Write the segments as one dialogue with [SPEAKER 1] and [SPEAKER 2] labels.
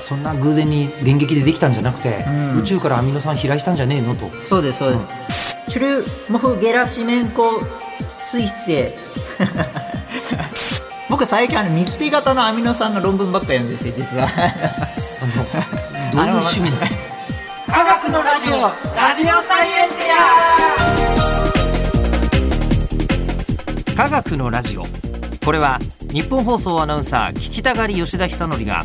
[SPEAKER 1] そんな偶然に電撃でできたんじゃなくて、
[SPEAKER 2] うん
[SPEAKER 1] 宇宙からアミノ酸飛来したんじゃねえのと
[SPEAKER 2] そうですそうです、チュルモフゲラシメンコ水星 僕最近あの右手型のアミノ酸の論文ばっか読んでるんですよ実は
[SPEAKER 1] あのどういう趣味なの
[SPEAKER 2] 科学のラジオラジオサイエンティ
[SPEAKER 1] 科学のラジオこれは日本放送アナウンサー聞きたがり吉田久典が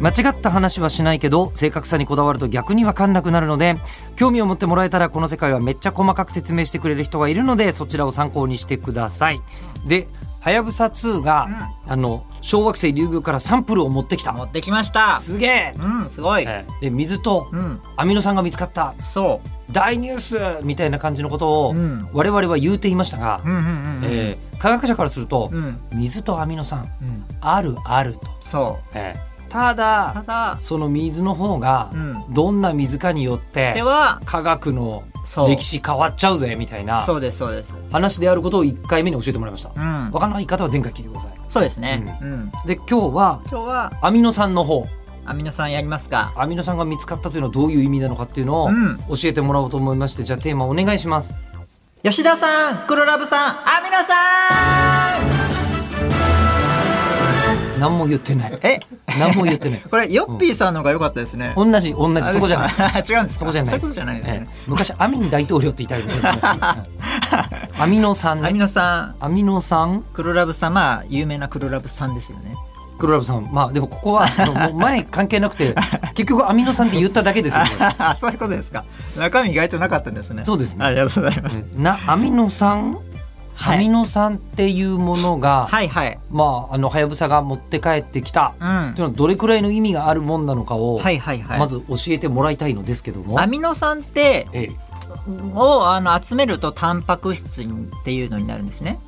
[SPEAKER 1] 間違った話はしないけど正確さにこだわると逆に分かんなくなるので興味を持ってもらえたらこの世界はめっちゃ細かく説明してくれる人がいるのでそちらを参考にしてください。で「はやぶさ2が」あの小惑星リュウグウからサンプルを持ってきた
[SPEAKER 2] 持ってきました
[SPEAKER 1] すげえ、
[SPEAKER 2] うんすごい、
[SPEAKER 1] ええで水と
[SPEAKER 2] うん
[SPEAKER 1] アミノ酸が見つかった
[SPEAKER 2] そう
[SPEAKER 1] 大ニュースみたいな感じのことを
[SPEAKER 2] うん
[SPEAKER 1] 我々は言うていましたが、
[SPEAKER 2] うんうんうんうん、
[SPEAKER 1] ええ科学者からすると、
[SPEAKER 2] うん
[SPEAKER 1] 水とアミノ酸
[SPEAKER 2] うん
[SPEAKER 1] あるあると。
[SPEAKER 2] そう
[SPEAKER 1] ただ
[SPEAKER 2] ただ
[SPEAKER 1] その水の方が
[SPEAKER 2] うん
[SPEAKER 1] どんな水かによって
[SPEAKER 2] では
[SPEAKER 1] 科学の
[SPEAKER 2] そう
[SPEAKER 1] 歴史変わっちゃうぜみたいな
[SPEAKER 2] そうですそうです
[SPEAKER 1] 話であることを1回目に教えてもらいました
[SPEAKER 2] う
[SPEAKER 1] 分
[SPEAKER 2] ん
[SPEAKER 1] からない方は前回聞いてください
[SPEAKER 2] そうですねうん
[SPEAKER 1] で今日は
[SPEAKER 2] 今日は
[SPEAKER 1] アミノ酸の方
[SPEAKER 2] アミノ酸やりますか
[SPEAKER 1] アミノ酸が見つかったというのはどういう意味なのかっていうのを
[SPEAKER 2] うん
[SPEAKER 1] 教えてもらおうと思いましてじゃあテーマお願いします
[SPEAKER 2] 吉田さん黒ラブさんアミノ酸
[SPEAKER 1] 何も言ってない
[SPEAKER 2] え
[SPEAKER 1] 何も言ってない
[SPEAKER 2] これヨッピーさんの方が良かったですね、
[SPEAKER 1] 同じ同じそこじゃない
[SPEAKER 2] い違うんですか
[SPEAKER 1] そこじゃないで
[SPEAKER 2] そういうこと
[SPEAKER 1] す
[SPEAKER 2] じゃないですね
[SPEAKER 1] ええ昔アミン大統領っていたよねアミノ酸
[SPEAKER 2] アミ
[SPEAKER 1] ね
[SPEAKER 2] ノ酸
[SPEAKER 1] アミノ酸
[SPEAKER 2] 黒ラブさんまあ有名な黒ラブさんですよね
[SPEAKER 1] 黒ラブさんまあでもここはあのもう前関係なく て結局アミノ酸って言っただけですよね
[SPEAKER 2] そういうことですか中身意外となかったんですね
[SPEAKER 1] そうですね
[SPEAKER 2] ありがとうございます、
[SPEAKER 1] なアミノ酸、
[SPEAKER 2] はい
[SPEAKER 1] アミノ酸っていうものが、
[SPEAKER 2] はいはい
[SPEAKER 1] まああのはやぶさが持って帰ってきた、
[SPEAKER 2] う
[SPEAKER 1] とい
[SPEAKER 2] ん
[SPEAKER 1] うのはどれくらいの意味があるもんなのかを、
[SPEAKER 2] はいはいはい
[SPEAKER 1] まず教えてもらいたいのですけども
[SPEAKER 2] アミノ酸って
[SPEAKER 1] ええ
[SPEAKER 2] をあの集めるとタンパク質にっていうのになるんですね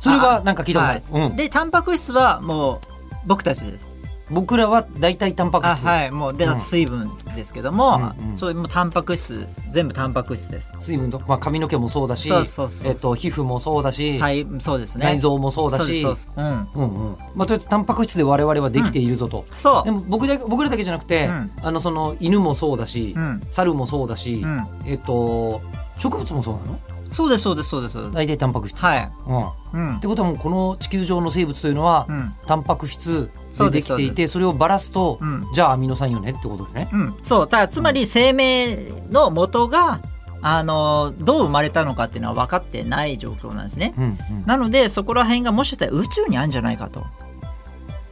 [SPEAKER 1] それはなんか聞いたことある、うん、
[SPEAKER 2] でタンパク質はもう僕たちです
[SPEAKER 1] 僕らは大体タンパク
[SPEAKER 2] あ
[SPEAKER 1] 質、
[SPEAKER 2] はいもうで、
[SPEAKER 1] うん
[SPEAKER 2] 水分ですけども、
[SPEAKER 1] うんうん
[SPEAKER 2] そういうもうタンパク質全部タンパク質です
[SPEAKER 1] 水分とか、まあ、髪の毛もそうだし
[SPEAKER 2] そうそうそう
[SPEAKER 1] えっと皮膚もそうだし、
[SPEAKER 2] 細そうですね
[SPEAKER 1] 内臓もそうだし
[SPEAKER 2] そうですそうですうん
[SPEAKER 1] うんうんまあ、とりあえずタンパク質で我々はできているぞと、
[SPEAKER 2] そ
[SPEAKER 1] でも僕だけ僕らだけじゃなくて、
[SPEAKER 2] うん
[SPEAKER 1] あのその犬もそうだし、
[SPEAKER 2] ううん
[SPEAKER 1] 猿もそうだし、
[SPEAKER 2] うん
[SPEAKER 1] えっと植物もそうなの
[SPEAKER 2] そうですそうですそうですそうです
[SPEAKER 1] 大体タンパク質、
[SPEAKER 2] はい
[SPEAKER 1] うん、っ
[SPEAKER 2] うん
[SPEAKER 1] てことはもうこの地球上の生物というのは、
[SPEAKER 2] うん
[SPEAKER 1] タンパク質
[SPEAKER 2] そ
[SPEAKER 1] で
[SPEAKER 2] うで
[SPEAKER 1] ですきていてそれをばらすと、
[SPEAKER 2] うん
[SPEAKER 1] じゃあアミノ酸よねってことですね。
[SPEAKER 2] うんそうただつまり生命の元があのどう生まれたのかっていうのは分かってない状況なんですね
[SPEAKER 1] うんうん
[SPEAKER 2] なのでそこら辺がもしかしたら宇宙にあるんじゃないかと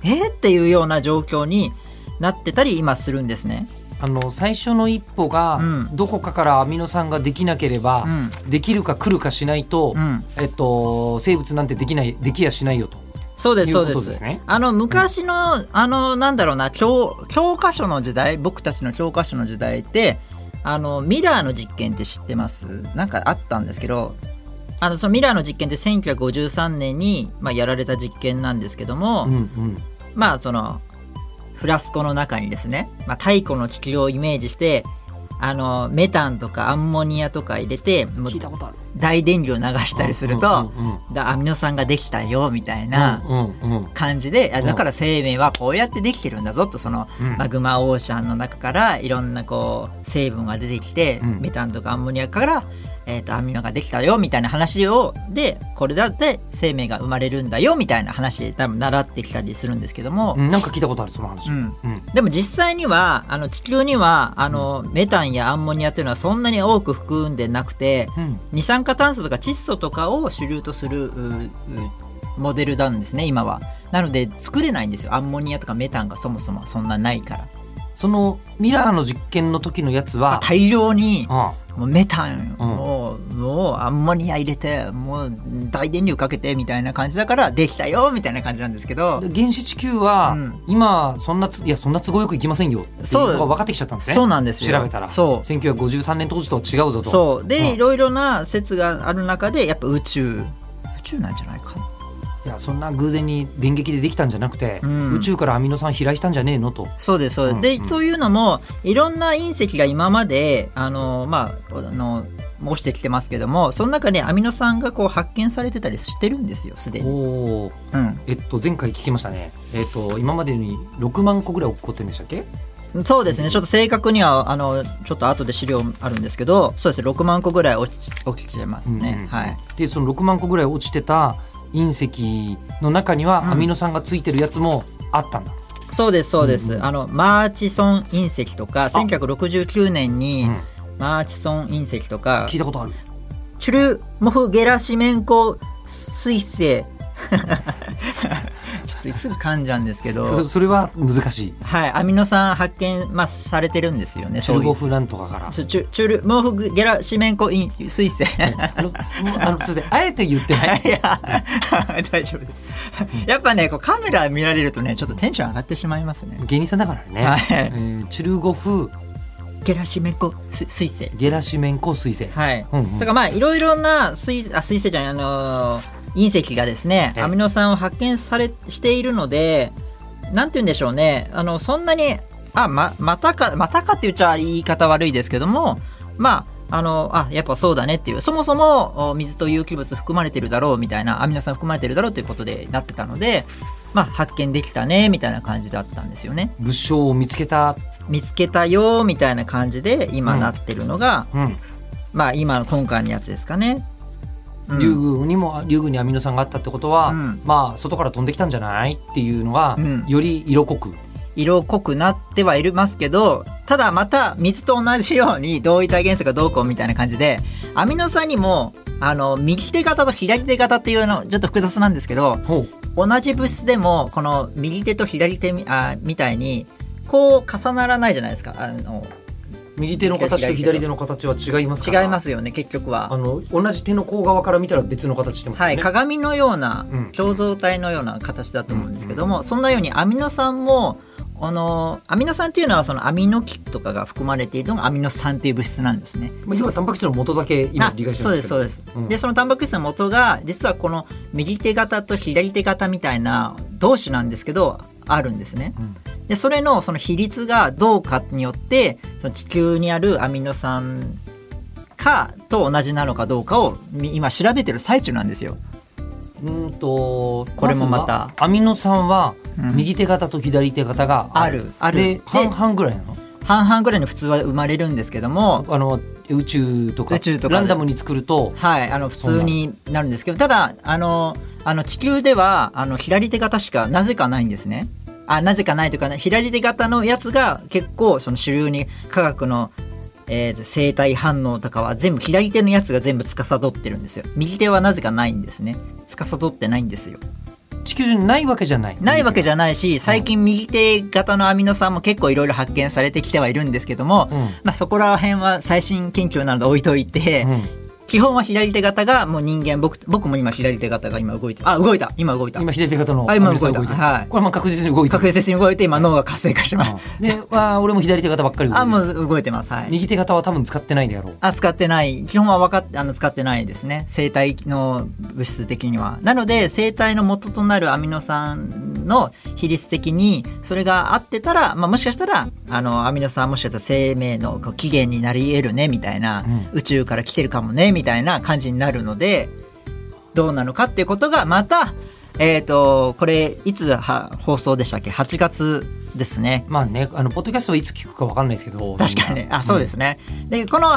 [SPEAKER 2] えー、っていうような状況になってたり今するんですね
[SPEAKER 1] あの最初の一歩が、
[SPEAKER 2] うん
[SPEAKER 1] どこかからアミノ酸ができなければ、
[SPEAKER 2] うん
[SPEAKER 1] できるか来るかしないと、
[SPEAKER 2] うん
[SPEAKER 1] えっと、生物なんてできないできやしないよと。
[SPEAKER 2] そうです、
[SPEAKER 1] いう
[SPEAKER 2] そ
[SPEAKER 1] こ
[SPEAKER 2] う
[SPEAKER 1] と
[SPEAKER 2] です。
[SPEAKER 1] ですね
[SPEAKER 2] あの、昔の、あの、なんだろうな、教、教科書の時代、僕たちの教科書の時代って、あの、ミラーの実験って知ってますなんかあったんですけど、あの、そのミラーの実験って1953年に、まあ、やられた実験なんですけども、
[SPEAKER 1] うんうん
[SPEAKER 2] まあ、その、フラスコの中にですね、まあ、太古の地球をイメージして、あの、メタンとかアンモニアとか入れて、もう
[SPEAKER 1] 聞いたことある。
[SPEAKER 2] 大電流を流したりすると、
[SPEAKER 1] うんうん
[SPEAKER 2] だアミノ酸ができたよ、みたいな、
[SPEAKER 1] うんうんうん
[SPEAKER 2] 感じで、あ
[SPEAKER 1] うん
[SPEAKER 2] だから生命はこうやってできてるんだぞと、その
[SPEAKER 1] うん
[SPEAKER 2] マグマオーシャンの中からいろんなこう成分が出てきて、
[SPEAKER 1] うん
[SPEAKER 2] メタンとかアンモニアから、えー、とアミノができたよみたいな話をでこれだって生命が生まれるんだよみたいな話多分習ってきたりするんですけども、
[SPEAKER 1] うんなんか聞いたことあるその話。
[SPEAKER 2] うん
[SPEAKER 1] うん
[SPEAKER 2] でも実際にはあの地球にはあの、メタンやアンモニアというのはそんなに多く含んでなくて
[SPEAKER 1] うん
[SPEAKER 2] 二酸化炭素とか窒素とかを主流とするううモデルなんですね今はなので作れないんですよアンモニアとかメタンがそもそもそんなないから、
[SPEAKER 1] そのミラーの実験の時のやつ
[SPEAKER 2] まあ
[SPEAKER 1] は、
[SPEAKER 2] 大量に
[SPEAKER 1] あ
[SPEAKER 2] もうメタン
[SPEAKER 1] うん
[SPEAKER 2] をもうアンモニア入れてもう大電流かけてみたいな感じだからできたよみたいな感じなんですけど
[SPEAKER 1] で原始地球は、
[SPEAKER 2] うん
[SPEAKER 1] 今そんなついやそんな都合よくいきませんよっていうのが分かってきちゃったんですね
[SPEAKER 2] そうなんですよ
[SPEAKER 1] 調べたら
[SPEAKER 2] そう
[SPEAKER 1] 1953年当時とは違うぞと
[SPEAKER 2] そうで、
[SPEAKER 1] うん
[SPEAKER 2] いろいろな説がある中でやっぱ宇宙宇宙なんじゃないかない
[SPEAKER 1] やそんな偶然に電撃でできたんじゃなくて、
[SPEAKER 2] うん
[SPEAKER 1] 宇宙からアミノ酸飛来したんじゃねえのと
[SPEAKER 2] そうですそうです、で
[SPEAKER 1] うんうん
[SPEAKER 2] というのもいろんな隕石が今まであのまああの落ちてきてますけどもその中にアミノ酸がこう発見されてたりしてるんですよすでに、
[SPEAKER 1] おお
[SPEAKER 2] うん、
[SPEAKER 1] えっと前回聞きましたねえっと今までに6万個ぐらい起こってるんでしたっけ
[SPEAKER 2] そうですねちょっと正確にはあのちょっと後で資料あるんですけどそうですね6万個ぐらい落ち起きてますね、
[SPEAKER 1] うんうん
[SPEAKER 2] はい
[SPEAKER 1] でその6万個ぐらい落ちてた隕石の中に
[SPEAKER 2] うん
[SPEAKER 1] はアミノ酸がついてるやつもあったんだ、
[SPEAKER 2] そうですそうです、
[SPEAKER 1] うんうん
[SPEAKER 2] あのマーチソン隕石とか1969年
[SPEAKER 1] う
[SPEAKER 2] に
[SPEAKER 1] ん
[SPEAKER 2] マーチソン隕石とか、
[SPEAKER 1] 聞いたことある
[SPEAKER 2] チュルモフゲラシメンコ彗 星ちょっとすぐ噛んじゃうんですけ
[SPEAKER 1] そ
[SPEAKER 2] ど
[SPEAKER 1] それは難しい
[SPEAKER 2] はいアミノ酸発見、まあ、されてるんですよね
[SPEAKER 1] チュルゴ
[SPEAKER 2] フ
[SPEAKER 1] フなんとかから
[SPEAKER 2] チュチュルモフゲラシメンコイン彗星
[SPEAKER 1] あのもうあのすいませんあえて言ってない
[SPEAKER 2] いや大丈夫ですやっぱねこうカメラ見られるとねちょっとテンション上がってしまいますね
[SPEAKER 1] 芸人さんだからね、
[SPEAKER 2] はい
[SPEAKER 1] えーチュルゴフ
[SPEAKER 2] ゲラシメンコす彗星
[SPEAKER 1] ゲラシメンコ彗星、
[SPEAKER 2] はい
[SPEAKER 1] うんうん
[SPEAKER 2] だからまあいろいろな水あ水星じゃないあのー隕石がですね
[SPEAKER 1] ええ
[SPEAKER 2] アミノ酸を発見されしているのでなんて言うんでしょうねあのそんなにあままたかまたかって言っちゃ言い方悪いですけどもまああのあやっぱそうだねっていうそもそもお水と有機物含まれてるだろうみたいなアミノ酸含まれてるだろうということでなってたので、まあ、発見できたねみたいな感じだったんですよね
[SPEAKER 1] 物証を見つけた、
[SPEAKER 2] 見つけたよみたいな感じで今なってるのが、
[SPEAKER 1] うん、
[SPEAKER 2] まあ今の今回のやつですかね。うん
[SPEAKER 1] リュウグウにもリュウグウにアミノ酸があったってことは、
[SPEAKER 2] うん
[SPEAKER 1] まあ外から飛んできたんじゃないっていうのが、
[SPEAKER 2] うん
[SPEAKER 1] より色濃く
[SPEAKER 2] 色濃くなってはいるますけどただまた水と同じように同位体元素がどうこうみたいな感じでアミノ酸にもあの右手型と左手型っていうのちょっと複雑なんですけど
[SPEAKER 1] ほう
[SPEAKER 2] 同じ物質でもこの右手と左手みあみたいにこう重ならないじゃないですかあの
[SPEAKER 1] 右手の形と左手の形は違いますから
[SPEAKER 2] 違いますすよね結局
[SPEAKER 1] あ
[SPEAKER 2] は。
[SPEAKER 1] の同じ手の甲側から見たら別の形してますよ
[SPEAKER 2] は
[SPEAKER 1] ね、
[SPEAKER 2] い、鏡のような
[SPEAKER 1] うん
[SPEAKER 2] 共造体のような形だと思うんですけども、そんなようにアミノ酸もあのアミノ酸っていうのはそのアミノ基とかが含まれているのがアミノ酸っていう物質なんですね。
[SPEAKER 1] まあ、要はタンパク質の元だけ今
[SPEAKER 2] あ
[SPEAKER 1] 理解して
[SPEAKER 2] そう
[SPEAKER 1] ま
[SPEAKER 2] ですす
[SPEAKER 1] けど
[SPEAKER 2] そうです、
[SPEAKER 1] うん
[SPEAKER 2] でそのタンパク質の元が実はこの右手型と左手型みたいな同種なんですけどあるんですね。
[SPEAKER 1] うん
[SPEAKER 2] でそれのその比率がどうかによってその地球にあるアミノ酸かと同じなのかどうかをみ今調べてる最中なんですよ。
[SPEAKER 1] うーんと
[SPEAKER 2] これもまた
[SPEAKER 1] ずはアミノ酸は
[SPEAKER 2] うん
[SPEAKER 1] 右手型と左手型があ
[SPEAKER 2] あ
[SPEAKER 1] る,、
[SPEAKER 2] るある
[SPEAKER 1] で半々ぐらいなの
[SPEAKER 2] 半々ぐらいに普通は生まれるんですけども、
[SPEAKER 1] あの宇宙とか
[SPEAKER 2] 宇宙とかで
[SPEAKER 1] ランダムに作ると
[SPEAKER 2] はい、あの普通になるんですけどただあのあの地球ではあの左手型しかなぜかないんですね。あなぜかないというか、ね、左手型のやつが結構その主流に科学の、えー生体反応とかは全部左手のやつが全部司ってるんですよ右手はなぜかないんですね司ってないんですよ
[SPEAKER 1] 地球上にないわけじゃない
[SPEAKER 2] ないわけじゃないし最近右手型のアミノ酸も結構いろいろ発見されてきてはいるんですけども、
[SPEAKER 1] うん
[SPEAKER 2] まあ、そこら辺は最新研究なので置いといて、
[SPEAKER 1] うん
[SPEAKER 2] 基本は左手型がもう人間僕僕も今左手型が今動いてあ動いた今動いた
[SPEAKER 1] 今左手型の
[SPEAKER 2] あ
[SPEAKER 1] アミ
[SPEAKER 2] 今
[SPEAKER 1] ノ酸
[SPEAKER 2] 動いた
[SPEAKER 1] る
[SPEAKER 2] はい
[SPEAKER 1] これはまあ確実に動いてる
[SPEAKER 2] 確実に動いて今脳が活性化してます
[SPEAKER 1] うんで、まあ、俺も左手型ばっかり動いて
[SPEAKER 2] あ
[SPEAKER 1] る
[SPEAKER 2] もう動いてますはい
[SPEAKER 1] 右手型は多分使ってないであろう
[SPEAKER 2] あ使ってない基本は分かっあの使ってないですね生体の物質的にはなので生体の元となるアミノ酸の比率的にそれが合ってたら、まあ、もしかしたらあのアミノ酸もしかしたら生命のこう起源になり得るねみたいな、
[SPEAKER 1] う
[SPEAKER 2] 宇宙から来てるかもねみたいな感じになるのでどうなのかっていうことがまたえっ、とこれいつは放送でしたっけ8月ですね
[SPEAKER 1] まあねあのポッドキャストはいつ聞くかわかんないですけど
[SPEAKER 2] 確かに
[SPEAKER 1] みんな
[SPEAKER 2] あそうですね、でこの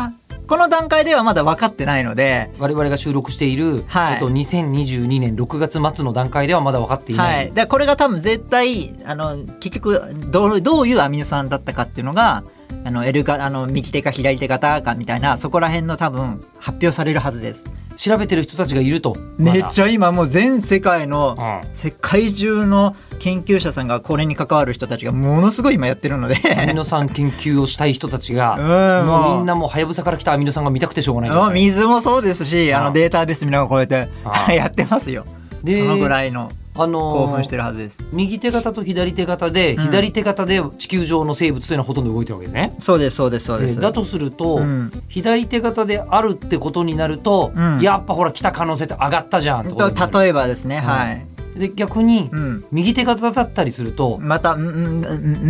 [SPEAKER 2] この段階ではまだ分かってないので
[SPEAKER 1] 我々が収録している、
[SPEAKER 2] はい
[SPEAKER 1] えっと、2022年6月末の段階ではまだ分かってい
[SPEAKER 2] は
[SPEAKER 1] ない、
[SPEAKER 2] い、でこれが多分絶対あの結局どうどういうアミノ酸だったかっていうのがあの L かあの右手か左手型かみたいなそこら辺の多分発表されるはずです
[SPEAKER 1] 調べてる人たちがいると
[SPEAKER 2] めっち
[SPEAKER 1] ゃ、
[SPEAKER 2] ゃ今もう全世界の
[SPEAKER 1] まだうん
[SPEAKER 2] 世界中の研究者さんがこれに関わる人たちがものすごい今やってるので
[SPEAKER 1] アミノ酸研究をしたい人たちが、
[SPEAKER 2] うん
[SPEAKER 1] も
[SPEAKER 2] も
[SPEAKER 1] う
[SPEAKER 2] う
[SPEAKER 1] みんなもうはやぶさから来たアミノ酸が見たくてしょうがない
[SPEAKER 2] あ水もそうですしあ
[SPEAKER 1] ああ
[SPEAKER 2] のデータベース見ながらこうやって
[SPEAKER 1] ああ
[SPEAKER 2] やってますよそ
[SPEAKER 1] で
[SPEAKER 2] のぐらいの
[SPEAKER 1] あのー
[SPEAKER 2] 興奮してるはずです
[SPEAKER 1] 右手型と左手型で、
[SPEAKER 2] うん
[SPEAKER 1] 左手型で地球上の生物というのはほとんど動いてるわけですね。
[SPEAKER 2] そうですそうですそう
[SPEAKER 1] え
[SPEAKER 2] です
[SPEAKER 1] ーだとすると、
[SPEAKER 2] うん
[SPEAKER 1] 左手型であるってことになると、
[SPEAKER 2] うん
[SPEAKER 1] やっぱほら来た可能性って上がったじゃんってことになる
[SPEAKER 2] と例えばですねはい
[SPEAKER 1] で逆に、
[SPEAKER 2] うん
[SPEAKER 1] 右手型だったりすると、
[SPEAKER 2] またうんうんうん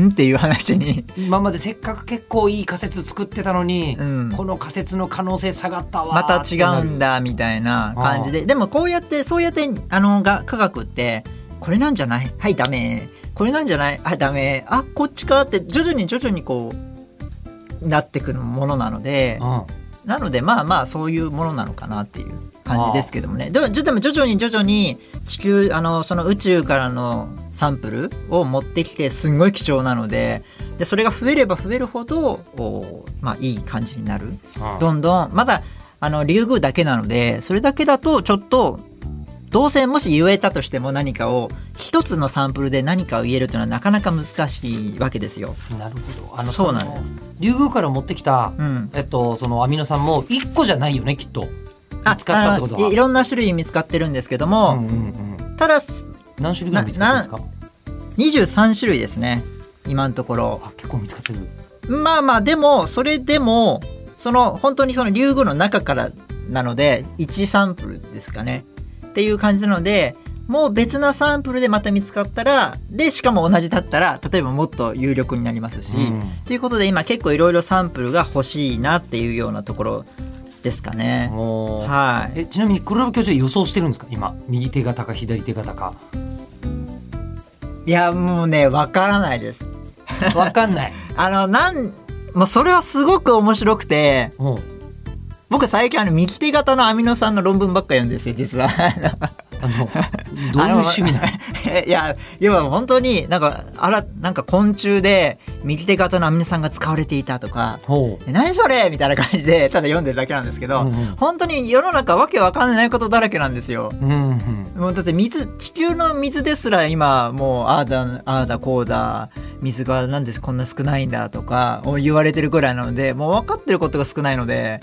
[SPEAKER 2] うんっていう話に
[SPEAKER 1] 今までせっかく結構いい仮説作ってたのに、
[SPEAKER 2] うん
[SPEAKER 1] この仮説の可能性下がったわ
[SPEAKER 2] また違う
[SPEAKER 1] っ
[SPEAKER 2] んだみたいな感じででもこうやってそうやってあのが科学ってこれなんじゃないはいダメこれなんじゃないはいダメあこっちかって徐々に徐々にこうなってくるものなの
[SPEAKER 1] て
[SPEAKER 2] で
[SPEAKER 1] なる、
[SPEAKER 2] なのでまあまあそういうものなのかなっていう感じですけどもねでもじゃでも徐々に徐々に地球あのその宇宙からのサンプルを持ってきてすごい貴重なのででそれが増えれば増えるほどおまあいい感じになる
[SPEAKER 1] うん
[SPEAKER 2] どんどんまだあの竜宮だけなのでそれだけだとちょっとどうせもし言えたとしても何かを一つのサンプルで何かを言えるというのはなかなか難しいわけですよ。
[SPEAKER 1] なるほど
[SPEAKER 2] そうなんです
[SPEAKER 1] その竜宮から持ってきた、
[SPEAKER 2] うん、
[SPEAKER 1] えっと、そのアミノ酸も1個じゃないよねきっと見つかったってこと
[SPEAKER 2] あ
[SPEAKER 1] は
[SPEAKER 2] のいいろんな種類見つかってるんですけど
[SPEAKER 1] う
[SPEAKER 2] も、
[SPEAKER 1] んうんうん、
[SPEAKER 2] ただ
[SPEAKER 1] 何種類ぐらい見つかったんですか
[SPEAKER 2] 23種類ですね今のところ。
[SPEAKER 1] あ結構見つかってる
[SPEAKER 2] まあまあでもそれでもその本当にその竜宮の中からなので1サンプルですかねっていう感じなのでもう別なサンプルでまた見つかったらでしかも同じだったら例えばもっと有力になりますし、
[SPEAKER 1] うん
[SPEAKER 2] ということで今結構いろいろサンプルが欲しいなっていうようなところですかね。
[SPEAKER 1] もう
[SPEAKER 2] はい、
[SPEAKER 1] えちなみに黒部教授は予想してるんですか今右手型か左手型か
[SPEAKER 2] いやもうねわからないです。
[SPEAKER 1] わかん ない、
[SPEAKER 2] あのなんもうそれはすごく面白くて
[SPEAKER 1] うん、
[SPEAKER 2] 僕最近あの右手型のアミノ酸の論文ばっか読んでるんですよ実は。
[SPEAKER 1] あのどういう趣味なの
[SPEAKER 2] えいや、要は本当になんか、あら、なんか昆虫で右手型のアミノ酸が使われていたとか、
[SPEAKER 1] ほう
[SPEAKER 2] え何それみたいな感じで、ただ読んでるだけなんですけど、
[SPEAKER 1] うんうん
[SPEAKER 2] 本当に世の中わけわかんないことだらけなんですよ。
[SPEAKER 1] うんうん
[SPEAKER 2] もうだって水、地球の水ですら今、もう、ああだ、ああだ、こうだ、水がなんでこんな少ないんだとか、言われてるぐらいなので、もう分かってることが少ないので、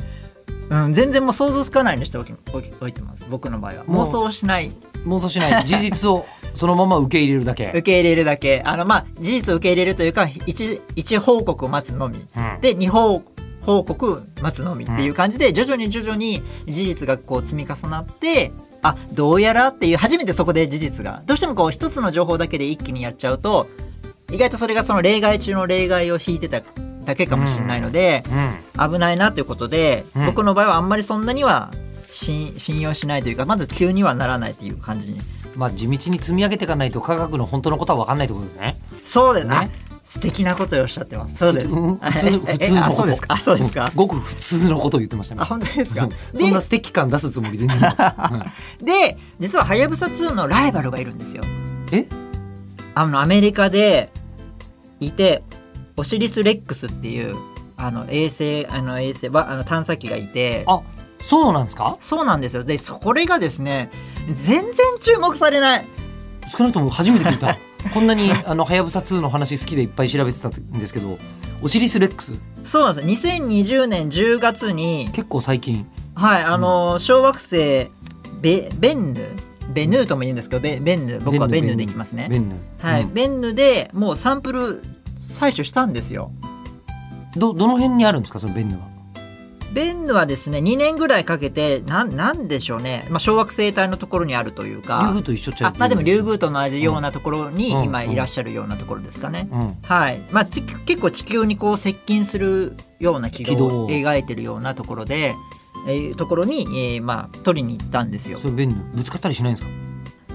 [SPEAKER 2] うん、全然もう想像つかないようにしておきおきおいてます、僕の場合は。
[SPEAKER 1] もう
[SPEAKER 2] 妄想しない。
[SPEAKER 1] 妄想しない事実をそのまま受け入れるだけ
[SPEAKER 2] 受け入れるだけあのまあ事実を受け入れるというか一一報告を待つのみ
[SPEAKER 1] うん
[SPEAKER 2] で二報報告待つのみっていう感じで徐々に徐々に事実がこう積み重なってあどうやらっていう初めてそこで事実がどうしてもこう一つの情報だけで一気にやっちゃうと意外とそれがその例外中の例外を引いてただけかもしれないので、
[SPEAKER 1] うん
[SPEAKER 2] 危ないなということで、
[SPEAKER 1] うん
[SPEAKER 2] 僕の場合はあんまりそんなには信信用しないというかまず急にはならないという感じに
[SPEAKER 1] まあ地道に積み上げていかないと科学の本当のことは分かんないってことですね。
[SPEAKER 2] そうです
[SPEAKER 1] ね
[SPEAKER 2] ね。あ素敵なことをおっしゃってます。そうです。
[SPEAKER 1] うん普通
[SPEAKER 2] ええ
[SPEAKER 1] 普通の
[SPEAKER 2] あ、そうですか。あ、そうですか。
[SPEAKER 1] ごく普通のことを言ってましたね
[SPEAKER 2] あ、。本当です
[SPEAKER 1] う
[SPEAKER 2] か
[SPEAKER 1] ん。 そんな素敵感出すつもり全然 ない。
[SPEAKER 2] で、実はハヤブサ2のライバルがいるんですよ。
[SPEAKER 1] え
[SPEAKER 2] あの、アメリカでいて、オシリス・レックスっていう、あの、衛星、あの、衛星、わあの探査機がいて、
[SPEAKER 1] あそうなんですか
[SPEAKER 2] そうなんですよ。で、そこれがですね、全然注目されない。
[SPEAKER 1] 少なくとも初めて聞いた。こんな にあのはやぶさ2の話好きでいっぱい調べてたんですけど、オシリスレックス
[SPEAKER 2] そうなんですよ。2020年10月に、
[SPEAKER 1] 結構最近。
[SPEAKER 2] はい、あの、小惑星ベ、ベンヌ、ベヌーとも言うんですけど、ベベンヌ、僕はベンヌでいきますね
[SPEAKER 1] ベ。ンヌ。
[SPEAKER 2] はい、
[SPEAKER 1] うん
[SPEAKER 2] ベンヌでもうサンプル採取したんですよ。
[SPEAKER 1] どどの辺にあるんですかそのベンヌは。
[SPEAKER 2] ベンヌはですね、2年ぐらいかけて、なん、なんでしょうね、まあ、小惑星帯のところにあるという
[SPEAKER 1] 竜
[SPEAKER 2] か、
[SPEAKER 1] 宮と一緒っちゃ
[SPEAKER 2] あまあでも竜
[SPEAKER 1] 宮。
[SPEAKER 2] 宮と同じようなところに
[SPEAKER 1] うん
[SPEAKER 2] 今
[SPEAKER 1] うん
[SPEAKER 2] いらっしゃるようなところですかね。
[SPEAKER 1] うん。
[SPEAKER 2] はい。まあ、て結構地球にこう接近するような軌
[SPEAKER 1] 軌
[SPEAKER 2] 道
[SPEAKER 1] 道
[SPEAKER 2] を描いてるようなところで、えーところに、えーまあ、取りに行ったんですよ
[SPEAKER 1] そ。れベンヌぶつかったりしないんですか。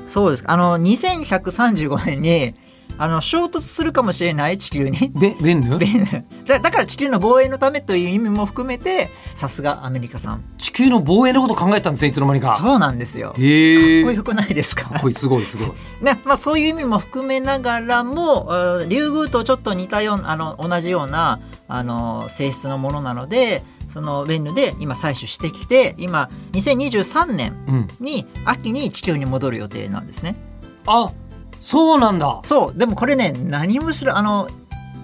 [SPEAKER 2] そうですか。あの、2135年に、あの、衝突するかもしれない地球に。
[SPEAKER 1] ベベンヌ？
[SPEAKER 2] ベンだだから地球の防衛のためという意味も含めてさすがアメリカさん
[SPEAKER 1] 地球の防衛のこと考えてたんですねいつの間にか。
[SPEAKER 2] そうなんですよ
[SPEAKER 1] へえ。
[SPEAKER 2] こういうくないです
[SPEAKER 1] かっ
[SPEAKER 2] か
[SPEAKER 1] こいいすごいすごい。
[SPEAKER 2] ねまあ、そういう意味も含めながらもえー竜宮とちょっと似たようなあの同じようなあの性質のものなのでそのベンヌで今採取してきて今2023年
[SPEAKER 1] うん、
[SPEAKER 2] に秋に地球に戻る予定なんですね
[SPEAKER 1] あそうなんだ
[SPEAKER 2] そうでもこれね何も知らあの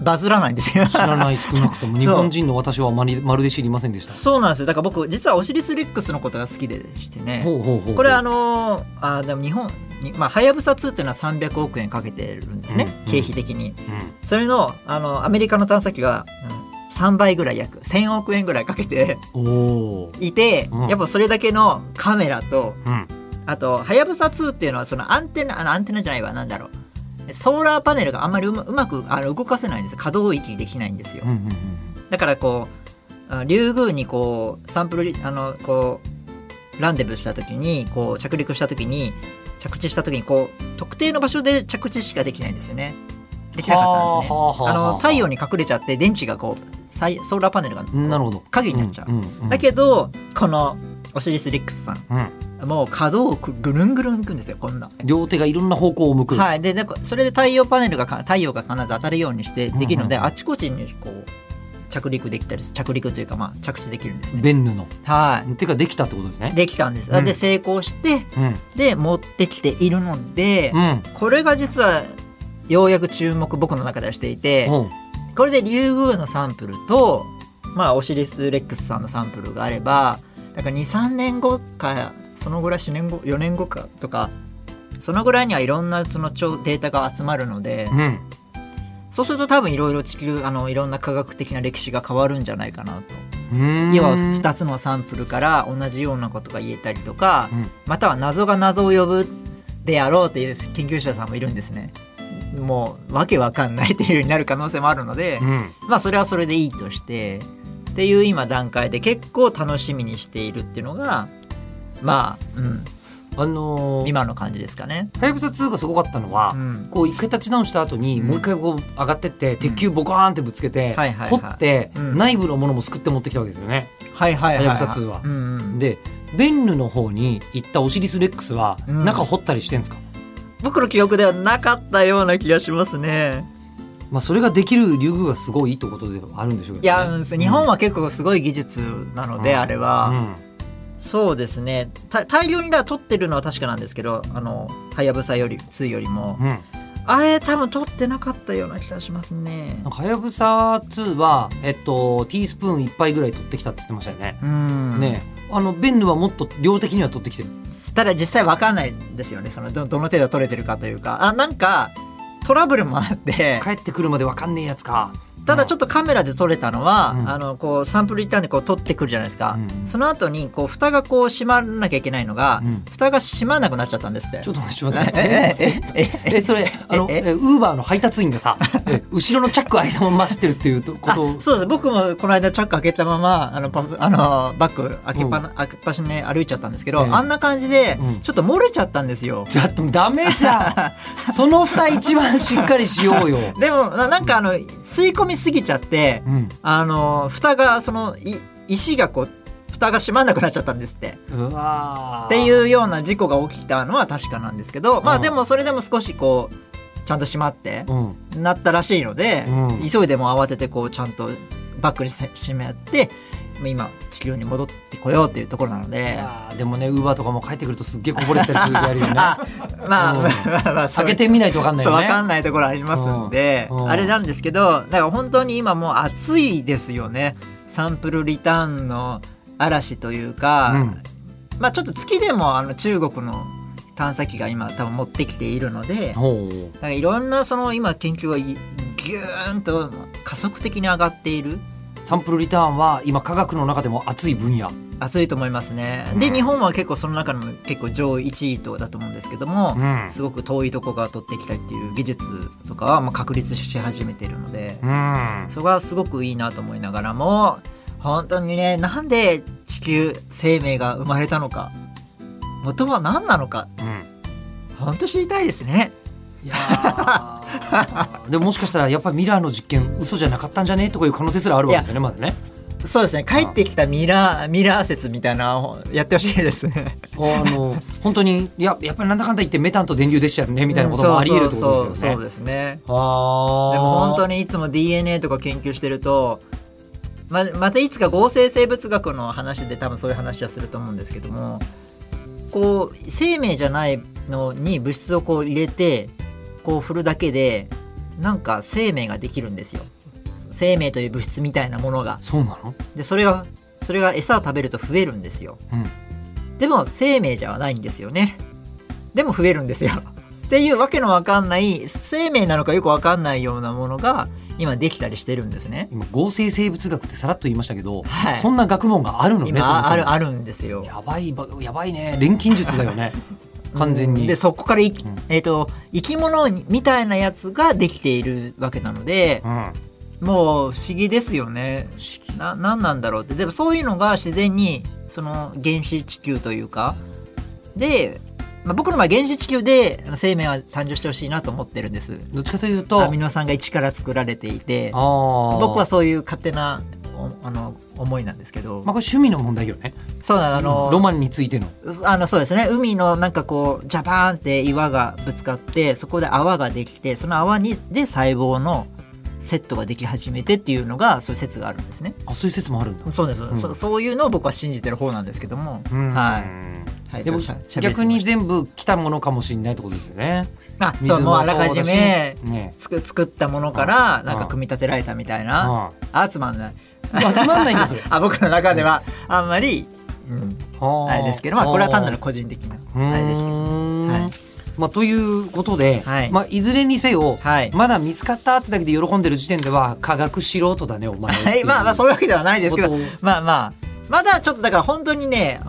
[SPEAKER 2] バズらないんですよ
[SPEAKER 1] 知らない少なくとも
[SPEAKER 2] そう
[SPEAKER 1] 日本人の私はまりまるで知りませんでした
[SPEAKER 2] そうなんですよだから僕実はオシリス・リックスのことが好きでしてね
[SPEAKER 1] ほうほうほうほう
[SPEAKER 2] これあのーあーでも日本にまあはやぶさ2っていうのは300億円かけてるんですね、
[SPEAKER 1] うんうん
[SPEAKER 2] 経費的に
[SPEAKER 1] うん
[SPEAKER 2] それのあのアメリカの探査機が3倍ぐらい約1000億円ぐらいかけて
[SPEAKER 1] おお、
[SPEAKER 2] いて、
[SPEAKER 1] うん
[SPEAKER 2] やっぱそれだけのカメラと
[SPEAKER 1] うん、
[SPEAKER 2] あとはやぶさ2っていうのはそのアンテナあのアンテナじゃないわなんだろうソーラーパネルがあんまりうまうまくあの動かせないんです可動域できないんですよ
[SPEAKER 1] うんうんうん
[SPEAKER 2] だからこうあリュウグウにこうサンプルリあのこうランデブーした時にこう着陸した時に着地した時にこう特定の場所で着地しかできないんですよねできなかったんです
[SPEAKER 1] は
[SPEAKER 2] ね
[SPEAKER 1] あはあは
[SPEAKER 2] あ
[SPEAKER 1] あはあ
[SPEAKER 2] の太陽に隠れちゃって電池がこうさいソーラーパネルが
[SPEAKER 1] うんなるほど
[SPEAKER 2] 影になっちゃう、
[SPEAKER 1] んんん
[SPEAKER 2] だけどこのオシリス・リックスさん
[SPEAKER 1] うん
[SPEAKER 2] もう可動くぐるんぐるんいくんですよこんな。
[SPEAKER 1] 両手がいろんな方向を向く、
[SPEAKER 2] はい、ででそれで太陽パネルがか太陽が必ず当たるようにしてできるので、
[SPEAKER 1] うんうん
[SPEAKER 2] あちこちにこう着陸できたりす着陸というか、まあ、着地できるんですね。
[SPEAKER 1] ベンヌの
[SPEAKER 2] は
[SPEAKER 1] てかできたってことです
[SPEAKER 2] い、
[SPEAKER 1] ね
[SPEAKER 2] できたんです。
[SPEAKER 1] うん
[SPEAKER 2] で成功して
[SPEAKER 1] うん
[SPEAKER 2] で持ってきているので、
[SPEAKER 1] うん
[SPEAKER 2] これが実はようやく注目僕の中ではしていて、
[SPEAKER 1] うん
[SPEAKER 2] これでリュウグウのサンプルと、まあ、オシリス・レックスさんのサンプルがあればだから23年後かそのぐらい4年後4年後かとかそのぐらいにはいろんなその超データが集まるので
[SPEAKER 1] うん
[SPEAKER 2] そうすると多分いろいろ地球あのいろんな科学的な歴史が変わるんじゃないかなと。
[SPEAKER 1] うーん
[SPEAKER 2] 要は2つのサンプルから同じようなことが言えたりとか、
[SPEAKER 1] うん
[SPEAKER 2] または謎が謎を呼ぶであろうという研究者さんもいるんですね。もうわけわかんないっていうようになる可能性もあるので、
[SPEAKER 1] うん
[SPEAKER 2] まあそれはそれでいいとしてっていう今段階で結構楽しみにしているっていうのがまあ、うん、
[SPEAKER 1] あのー、
[SPEAKER 2] 今の感じですかね。
[SPEAKER 1] ハイブサ2がすごかったのは、
[SPEAKER 2] うん、
[SPEAKER 1] こう一回タッチダウンした後に
[SPEAKER 2] うん
[SPEAKER 1] もう一回こう上がってって、鉄球ボカーンってぶつけて、
[SPEAKER 2] はいはいはい
[SPEAKER 1] 掘って、
[SPEAKER 2] うん
[SPEAKER 1] 内部のものもすくって持ってきたわけですよね。
[SPEAKER 2] はいはいはい、
[SPEAKER 1] は
[SPEAKER 2] はい。
[SPEAKER 1] やぶさ2は
[SPEAKER 2] うんうん、
[SPEAKER 1] でベンヌの方に行ったオシリス・レックスは、
[SPEAKER 2] うん
[SPEAKER 1] 中掘ったりしてんですか、
[SPEAKER 2] 僕の記憶ではなかったような気がしますね。
[SPEAKER 1] まあ、それができる竜宮がすごいってことではあるんでしょう
[SPEAKER 2] い
[SPEAKER 1] けど、ね、
[SPEAKER 2] や、うん日本は結構すごい技術なので、
[SPEAKER 1] うん
[SPEAKER 2] あれ
[SPEAKER 1] う
[SPEAKER 2] は、
[SPEAKER 1] ん、
[SPEAKER 2] そうですねた大量にだ取ってるのは確かなんですけどあのはやぶさより2よりも、
[SPEAKER 1] うんうん
[SPEAKER 2] あれ多分取ってなかったような気がしますね
[SPEAKER 1] なんかはやぶさ2は、えっと、ティースプーン一杯ぐらい取ってきたって言ってましたよね。
[SPEAKER 2] うん
[SPEAKER 1] ねえあのベンヌはもっと量的には取ってきてる。
[SPEAKER 2] ただ実際わかんないんですよねそのどどの程度取れてるかというかあなんかトラブルもあって
[SPEAKER 1] 帰ってくるまでわかんねえやつか。
[SPEAKER 2] ただちょっとカメラで撮れたのは、
[SPEAKER 1] うん
[SPEAKER 2] あのこうサンプル一旦でこう撮ってくるじゃないですか、
[SPEAKER 1] うん
[SPEAKER 2] その後にこう蓋がこう閉まらなきゃいけないのが、
[SPEAKER 1] うん
[SPEAKER 2] 蓋が閉まらなくなっちゃったんですって
[SPEAKER 1] ちょっと待ってちょっと待って。
[SPEAKER 2] ええええええ
[SPEAKER 1] えそれあの
[SPEAKER 2] ええ
[SPEAKER 1] えウーバーの配達員が さえ後ろのチャック開いたまま走ってるっていうとこ
[SPEAKER 2] あ
[SPEAKER 1] と
[SPEAKER 2] そうです僕もこの間チャック開けたままあのパスあのバッグ開けっぱな、開けっぱしね歩いちゃったんですけど、
[SPEAKER 1] ええ
[SPEAKER 2] あんな感じで
[SPEAKER 1] うん
[SPEAKER 2] ちょっと漏れちゃったんですよ、
[SPEAKER 1] ちょっとダメじゃ んその蓋一番しっかりしようよ、
[SPEAKER 2] でもななんかあの吸い込みすぎちゃって
[SPEAKER 1] うん、
[SPEAKER 2] あの蓋がそのい石がこう蓋が閉まんなくなっちゃったんですって
[SPEAKER 1] うわー
[SPEAKER 2] っていうような事故が起きたのは確かなんですけどま
[SPEAKER 1] う
[SPEAKER 2] あ
[SPEAKER 1] ん
[SPEAKER 2] でもそれでも少しこうちゃんと閉まって
[SPEAKER 1] うん
[SPEAKER 2] なったらしいので、
[SPEAKER 1] うん
[SPEAKER 2] 急いでもう慌ててこうちゃんとバッグにせ閉めてもう今地球に戻ってこようっていうところなの
[SPEAKER 1] い
[SPEAKER 2] で。
[SPEAKER 1] やーでもねウーバーとかも帰ってくるとすっげえこぼれたりする時あるよね
[SPEAKER 2] あまあ、
[SPEAKER 1] うん
[SPEAKER 2] まあまあそう
[SPEAKER 1] 開けてみないとわかんない
[SPEAKER 2] そう
[SPEAKER 1] よ
[SPEAKER 2] わ
[SPEAKER 1] ね
[SPEAKER 2] かんないところありますんで、
[SPEAKER 1] うんうん
[SPEAKER 2] あれなんですけどだから本当に今もう暑いですよねサンプルリターンの嵐というか、
[SPEAKER 1] うん
[SPEAKER 2] まあちょっと月でもあの中国の探査機が今多分持ってきているのでだか
[SPEAKER 1] ほう
[SPEAKER 2] らいろんなその今研究がいギューンと加速的に上がっている
[SPEAKER 1] サンプルリターンは今科学の中でも熱い分野
[SPEAKER 2] 暑いと思いますね。
[SPEAKER 1] う
[SPEAKER 2] で
[SPEAKER 1] ん
[SPEAKER 2] 日本は結構その中の結構上位1位とだと思うんですけども、
[SPEAKER 1] ん
[SPEAKER 2] すごく遠いとこから取ってきたりっていう技術とかはまあ確立し始めてるので、
[SPEAKER 1] うん
[SPEAKER 2] そこはすごくいいなと思いながらも本当にねなんで地球生命が生まれたのか元は何なのか
[SPEAKER 1] うん
[SPEAKER 2] 本当知りたいですね
[SPEAKER 1] いやー でももしかしたらやっぱりミラーの実験嘘じゃなかったんじゃねとかいう可能性すらあるわけですよねまだね
[SPEAKER 2] そうですね帰ってきたミラーミラー説みたいなのをやってほしいですね
[SPEAKER 1] あの本当にいややっぱりなんだかんだ言ってメタンと電流でしたよねみたいなこともあり得るってことですよ
[SPEAKER 2] うんそうそうそうそう
[SPEAKER 1] ね。
[SPEAKER 2] ですね
[SPEAKER 1] はあ
[SPEAKER 2] でも本当
[SPEAKER 1] に
[SPEAKER 2] にいつも DNA とか研究してるとままたいつか合成生物学の話で多分そういう話はすると思うんですけどもこう生命じゃないのに物質をこう入れてこう振るだけでなんか生命ができるんですよ生命という物質みたいなものが
[SPEAKER 1] そうなの
[SPEAKER 2] でそれがそれが餌を食べると増えるんですよ、でも生命じゃないんですよねでも増えるんですよ っていうわけのわかんない生命なのかよくわかんないようなものが今できたりしてるんですね
[SPEAKER 1] 今合成生物学ってさらっと言いましたけど、
[SPEAKER 2] はい
[SPEAKER 1] そんな学問があるのねそも
[SPEAKER 2] 今
[SPEAKER 1] そも
[SPEAKER 2] あるあるんですよ
[SPEAKER 1] やばいばやばいね錬金術だよ ね完全
[SPEAKER 2] う
[SPEAKER 1] に
[SPEAKER 2] んでそこからいき
[SPEAKER 1] うん
[SPEAKER 2] えー、と生き物にみたいなやつができているわけなので
[SPEAKER 1] うん、不思
[SPEAKER 2] もう不思議ですよね
[SPEAKER 1] 議
[SPEAKER 2] な何なんだろうってでもそういうのが自然にその原始地球というかで、まあ、僕の場合原始地球であの生命は誕生してほしいなと思ってるんです
[SPEAKER 1] どっちかというと
[SPEAKER 2] アミノ酸が一から作られていて僕
[SPEAKER 1] 僕
[SPEAKER 2] はそういう勝手なおあの思いなんですけど、
[SPEAKER 1] まあこれ趣味の問題よね
[SPEAKER 2] そうなのあの、
[SPEAKER 1] ロマンについての
[SPEAKER 2] あのそうですね海のなんかこうジャパーンって岩がぶつかってそこで泡ができてその泡にで細胞のセットができ始めてっていうのがそういう説があるんですね
[SPEAKER 1] あそういう説もあるんだ、
[SPEAKER 2] そうです、
[SPEAKER 1] ん
[SPEAKER 2] そそういうのを僕は信じてる方なんですけども、
[SPEAKER 1] うん
[SPEAKER 2] ははい、
[SPEAKER 1] でも
[SPEAKER 2] ちょっとしゃ
[SPEAKER 1] 逆に
[SPEAKER 2] しゃべりすぎま
[SPEAKER 1] 全
[SPEAKER 2] し
[SPEAKER 1] 部来たものかもしれないってことですよね
[SPEAKER 2] たあそう
[SPEAKER 1] 水
[SPEAKER 2] もう
[SPEAKER 1] も
[SPEAKER 2] あらか
[SPEAKER 1] そ
[SPEAKER 2] じめ
[SPEAKER 1] うだしね
[SPEAKER 2] つく作ったものから
[SPEAKER 1] うん
[SPEAKER 2] なんか組み立てられたみたいな
[SPEAKER 1] あ
[SPEAKER 2] あつまんない
[SPEAKER 1] あ集まんないんですよ
[SPEAKER 2] あ僕の中ではあんまり、うん、あれですけどまあこれは単なる個人的なあれですけどは
[SPEAKER 1] はいまあ、ということで、
[SPEAKER 2] はい
[SPEAKER 1] まあ、いずれにせよ、
[SPEAKER 2] はい
[SPEAKER 1] まだ見つかったってだけで喜んでる時点では科学素人だねお前はっ
[SPEAKER 2] は
[SPEAKER 1] てい
[SPEAKER 2] い、まあまあそういうわけではないですけど
[SPEAKER 1] ことを
[SPEAKER 2] まあまあまだちょっとだから本当にね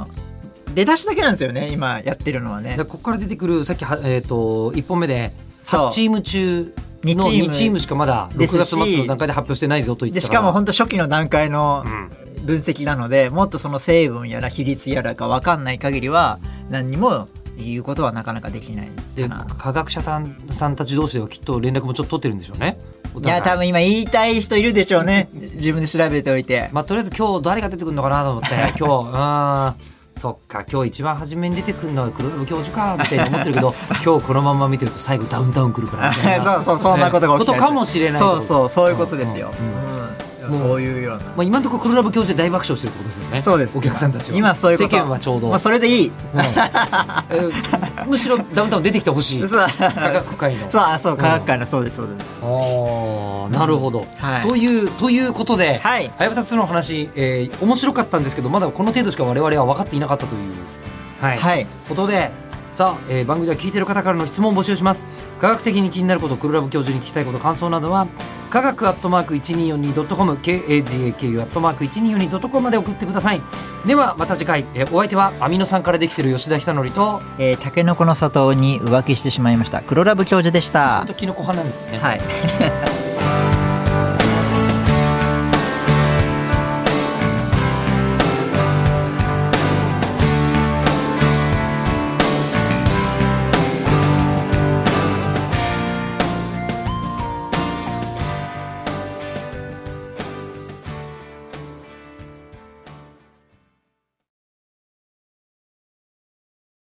[SPEAKER 2] 出だしだけなんですよね今やってるのはね
[SPEAKER 1] だからここから出てくるさっきは、えー、と1本目で
[SPEAKER 2] そう
[SPEAKER 1] 8チーム中
[SPEAKER 2] 二
[SPEAKER 1] の
[SPEAKER 2] チーム
[SPEAKER 1] 2チームしかまだ6
[SPEAKER 2] です
[SPEAKER 1] 月
[SPEAKER 2] し
[SPEAKER 1] 末の段階で発表してないぞと言っ
[SPEAKER 2] で
[SPEAKER 1] てた
[SPEAKER 2] し
[SPEAKER 1] から
[SPEAKER 2] かも本当初期の段階の
[SPEAKER 1] うん
[SPEAKER 2] 分析なのでもっとその成分やら比率やらが分かんない限りは何にも言うことはなかなかできない
[SPEAKER 1] で
[SPEAKER 2] かな。
[SPEAKER 1] 科学者たんさんたち同士ではきっと連絡もちょっと取ってるんでしょうねお
[SPEAKER 2] いや多
[SPEAKER 1] 互
[SPEAKER 2] 分今言いたい人いるでしょうね自分で調べておいて。
[SPEAKER 1] まあ、とりあえず今日誰が出てくるのかな と思って今日うんそっか今日一番初めに出てくるのは黒部教授かみたいに思ってるけ ど今日このまま見てると最後ダウンタウン来るからみたいな
[SPEAKER 2] そうそうそんなことが起き
[SPEAKER 1] こ
[SPEAKER 2] たりする
[SPEAKER 1] とかもしれないってこ
[SPEAKER 2] そ
[SPEAKER 1] と
[SPEAKER 2] うそうそういうことですよ。
[SPEAKER 1] うんうんうん
[SPEAKER 2] うんそういうような。
[SPEAKER 1] まあ、今のところ黒ラブ教授で大爆笑してるってことですよね
[SPEAKER 2] そうです
[SPEAKER 1] お客さんたちは
[SPEAKER 2] 今そういうこと
[SPEAKER 1] 世間はちょうど、
[SPEAKER 2] まあそれでいい。
[SPEAKER 1] うんえーむしろダウンタウン出てきてほしい
[SPEAKER 2] そう
[SPEAKER 1] 科学界の
[SPEAKER 2] そうあそう科学界のそうですそうです。
[SPEAKER 1] あーなるほど、
[SPEAKER 2] はい
[SPEAKER 1] というということで、
[SPEAKER 2] はい
[SPEAKER 1] はやぶさ2の話、えー面白かったんですけどまだこの程度しか我々は分かっていなかったという、はい
[SPEAKER 2] はい
[SPEAKER 1] ことでさあ、えー番組では聞いてる方からの質問を募集します科学的に気になること黒ラブ教授に聞きたいこと感想などは科学アットマーク 1242.com KAGAKU アットマーク 1242.com まで送ってくださいではまた次回、えーお相手はアミノ酸からできてる吉田久典と
[SPEAKER 2] えー、タケノコの里に浮気してしまいました黒ラブ教授でし
[SPEAKER 1] ほん
[SPEAKER 2] た
[SPEAKER 1] とキノコ派なんですね
[SPEAKER 2] はい